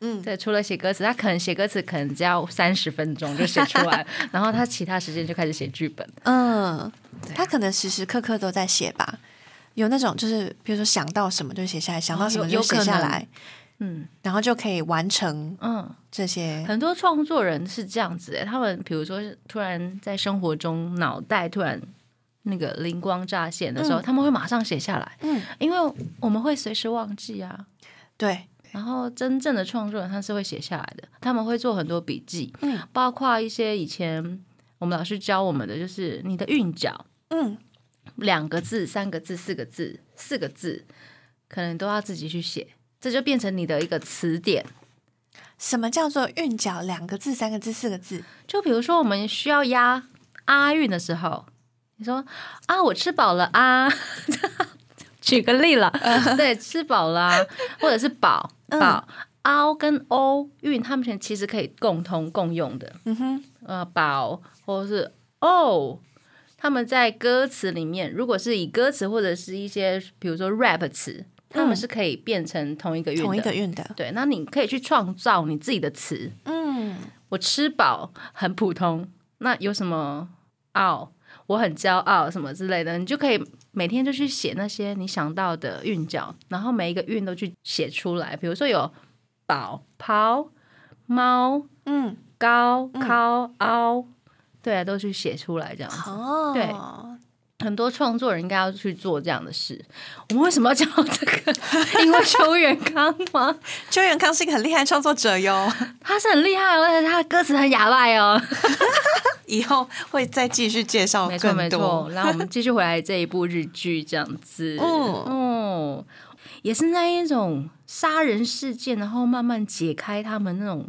Speaker 3: [LAUGHS] 嗯
Speaker 2: 对，除了写歌词，他可能写歌词可能只要三十分钟就写出来， [LAUGHS] 然后他其他时间就开始写剧本。
Speaker 3: 嗯，他可能时时刻刻都在写吧。有那种就是，比如说想到什么就写下来，想到什
Speaker 2: 哦
Speaker 3: 么
Speaker 2: 有
Speaker 3: 就
Speaker 2: 有
Speaker 3: 写
Speaker 2: 可
Speaker 3: 下
Speaker 2: 能
Speaker 3: 来，
Speaker 2: 嗯
Speaker 3: 然后就可以完成
Speaker 2: 嗯，
Speaker 3: 这些。
Speaker 2: 很多创作人是这样子的，他们比如说突然在生活中脑袋突然那个灵光乍现的时候，
Speaker 3: 嗯
Speaker 2: 他们会马上写下来，
Speaker 3: 嗯，
Speaker 2: 因为我们会随时忘记啊。
Speaker 3: 对，
Speaker 2: 然后真正的创作人他是会写下来的，他们会做很多笔记，
Speaker 3: 嗯
Speaker 2: 包括一些以前我们老师教我们的，就是你的韵脚，
Speaker 3: 嗯，
Speaker 2: 两个字、三个字、四个字、四个字，可能都要自己去写，这就变成你的一个词典。
Speaker 3: 什么叫做韵脚？两个字、三个字、四个字？
Speaker 2: 就比如说，我们需要押啊韵的时候，你说啊，我吃饱了啊，举个例了，
Speaker 3: 嗯
Speaker 2: 对，吃饱了、啊，或者是饱饱。凹跟 o 韵，它们其实可以共通共用的。
Speaker 3: 嗯哼，
Speaker 2: 呃宝或者是哦，他们在歌词里面，如果是以歌词或者是一些比如说 rap 词，他们是可以变成同一个韵的。
Speaker 3: 嗯同一个韵的。
Speaker 2: 对，那你可以去创造你自己的词。
Speaker 3: 嗯，
Speaker 2: 我吃饱很普通，那有什么傲？我很骄傲什么之类的，你就可以每天就去写那些你想到的韵脚，然后每一个韵都去写出来。比如说有宝、抛、猫、
Speaker 3: 嗯，
Speaker 2: 高、高、凹，对啊，都去写出来这样子。
Speaker 3: 哦，
Speaker 2: 对很多创作人应该要去做这样的事。我们为什么要讲到这个？因为邱元康吗？
Speaker 3: 邱元康是一个很厉害的创作者哟， [LAUGHS]
Speaker 2: 他是很厉害哦，但是他的歌词很哑巴哦。
Speaker 3: 以后会再继续介绍
Speaker 2: 没错没
Speaker 3: 哦更
Speaker 2: 错
Speaker 3: 多。，
Speaker 2: 然后我们继续回来这一部日剧这样子。
Speaker 3: 嗯
Speaker 2: 哦，也是那一种杀人事件，然后慢慢解开他们那种。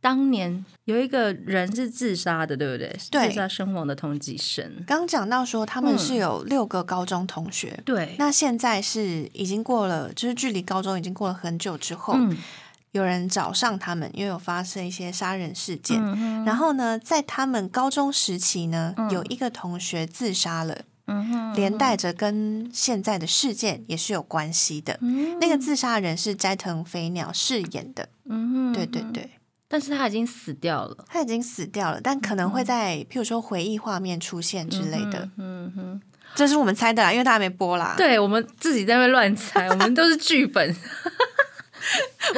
Speaker 2: 当年有一个人是自杀的，对不对？
Speaker 3: 对
Speaker 2: 自杀身亡的同级生。
Speaker 3: 刚讲到说他们
Speaker 2: 嗯
Speaker 3: 是有六个高中同学，
Speaker 2: 对，
Speaker 3: 那现在是已经过了，就是距离高中已经过了很久之后，
Speaker 2: 嗯
Speaker 3: 有人找上他们，因为有发生一些杀人事件。
Speaker 2: 嗯哼
Speaker 3: 然后呢，在他们高中时期呢，有一个同学自杀了，
Speaker 2: 嗯哼
Speaker 3: 连带着跟现在的事件也是有关系的。那个自杀的人是斋藤飞鸟饰演的，
Speaker 2: 嗯哼，
Speaker 3: 对对对，
Speaker 2: 但是他已经死掉了
Speaker 3: 他已经死掉了，但可能会在譬如说回忆画面出现之类的，
Speaker 2: 嗯哼，
Speaker 3: 这是我们猜的啦，因为他还没播啦。，
Speaker 2: 对我们自己在那边乱猜，我们都是剧
Speaker 3: [LAUGHS]
Speaker 2: 本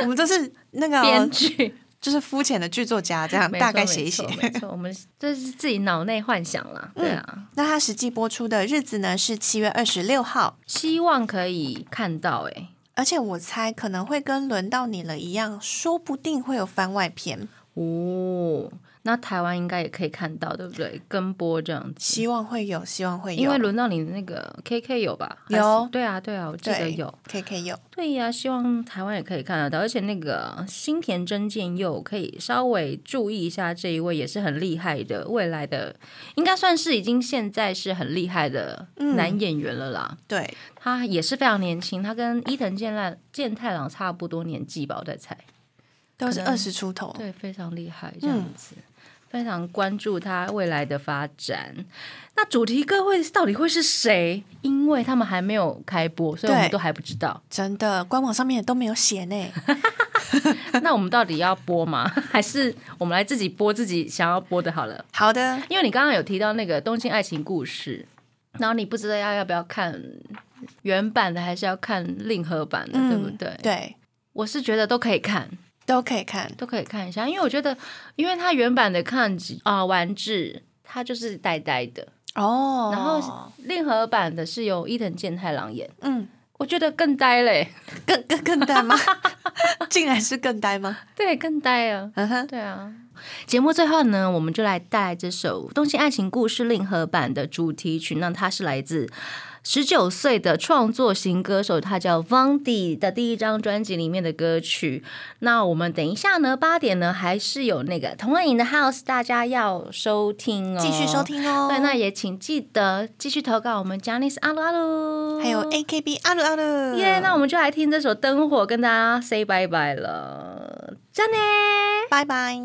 Speaker 3: 我们这是那个
Speaker 2: 编剧，
Speaker 3: 就是肤浅的剧作家这样
Speaker 2: 没错
Speaker 3: 哦大概写一写。
Speaker 2: 没错没错，我们 [LAUGHS] 这是自己脑内幻想啦，对啊，
Speaker 3: [LAUGHS] 那它实际播出的日子呢是七月二十六号，
Speaker 2: 希望可以看到哎、
Speaker 3: 而且我猜可能会跟《轮到你了》一样，说不定会有番外篇。
Speaker 2: 哦，那台湾应该也可以看到，对不对？跟播这样子，
Speaker 3: 希望会有，希望会有，
Speaker 2: 因为轮到你那个 KK 有吧？还是
Speaker 3: 有
Speaker 2: 对啊，对啊，我记得
Speaker 3: 对
Speaker 2: 有。
Speaker 3: K K 有，
Speaker 2: 对呀、希望台湾也可以看得到，而且那个新田真剑佑可以稍微注意一下这一位，也是很厉害的，未来的应该算是已经现在是很厉害的男演员了啦。
Speaker 3: 对，
Speaker 2: 他也是非常年轻，他跟伊藤健太健太郎差不多年纪吧，我在猜。
Speaker 3: 都是
Speaker 2: 可能
Speaker 3: 二十出头，
Speaker 2: 对，非常厉害，这
Speaker 3: 嗯
Speaker 2: 样子，非常关注他未来的发展。那主题歌会到底会是谁？因为他们还没有开播，所以我们
Speaker 3: 对
Speaker 2: 都还不知道。
Speaker 3: 真的，官网上面都没有
Speaker 2: [LAUGHS]
Speaker 3: 写呢。
Speaker 2: 那我们到底要播吗？ [LAUGHS] 还是我们来自己播自己想要播的好了？
Speaker 3: 好的，
Speaker 2: 因为你刚刚有提到那个《东京爱情故事》，然后你不知道要要不要看原版的，还是要看令和版的，对不
Speaker 3: 嗯
Speaker 2: 对？
Speaker 3: 对，
Speaker 2: 我是觉得都可以看，
Speaker 3: 都可以看，
Speaker 2: 都可以看一下，因为我觉得，因为它原版的看啊、丸治，它就是呆呆的，
Speaker 3: 哦，
Speaker 2: 然后令和版的是由伊藤健太郎演，
Speaker 3: 嗯，
Speaker 2: 我觉得更呆嘞，
Speaker 3: 更更更呆吗？ [LAUGHS] 竟然是更呆吗？
Speaker 2: 对，更呆啊，
Speaker 3: 嗯哼，
Speaker 2: 对啊。节目最后呢，我们就来带来这首《东京爱情故事》令和版的主题曲，那它是来自。十九岁的创作型歌手，他叫 Vandy 的第一张专辑里面的歌曲。那我们等一下呢，八点呢还是有那个同乐营的 House，大家要收听哦，
Speaker 3: 继续收。听哦。
Speaker 2: 对，那也请记得继续投稿我们 j a n i c e 阿鲁阿鲁，
Speaker 3: 还有 A K B 阿鲁阿鲁，
Speaker 2: 嗯耶那我们就来听这首《灯火》，跟大家 say 拜拜了 j a n i
Speaker 3: 拜拜。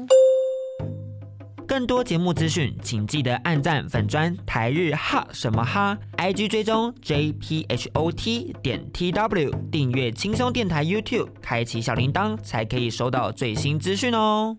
Speaker 4: 更多节目资讯，请记得按赞粉砖台日哈什么哈，IG 追踪 JPHOT 点 TW，订阅轻松电台 YouTube，开启小铃铛才可以收到最新资讯哦。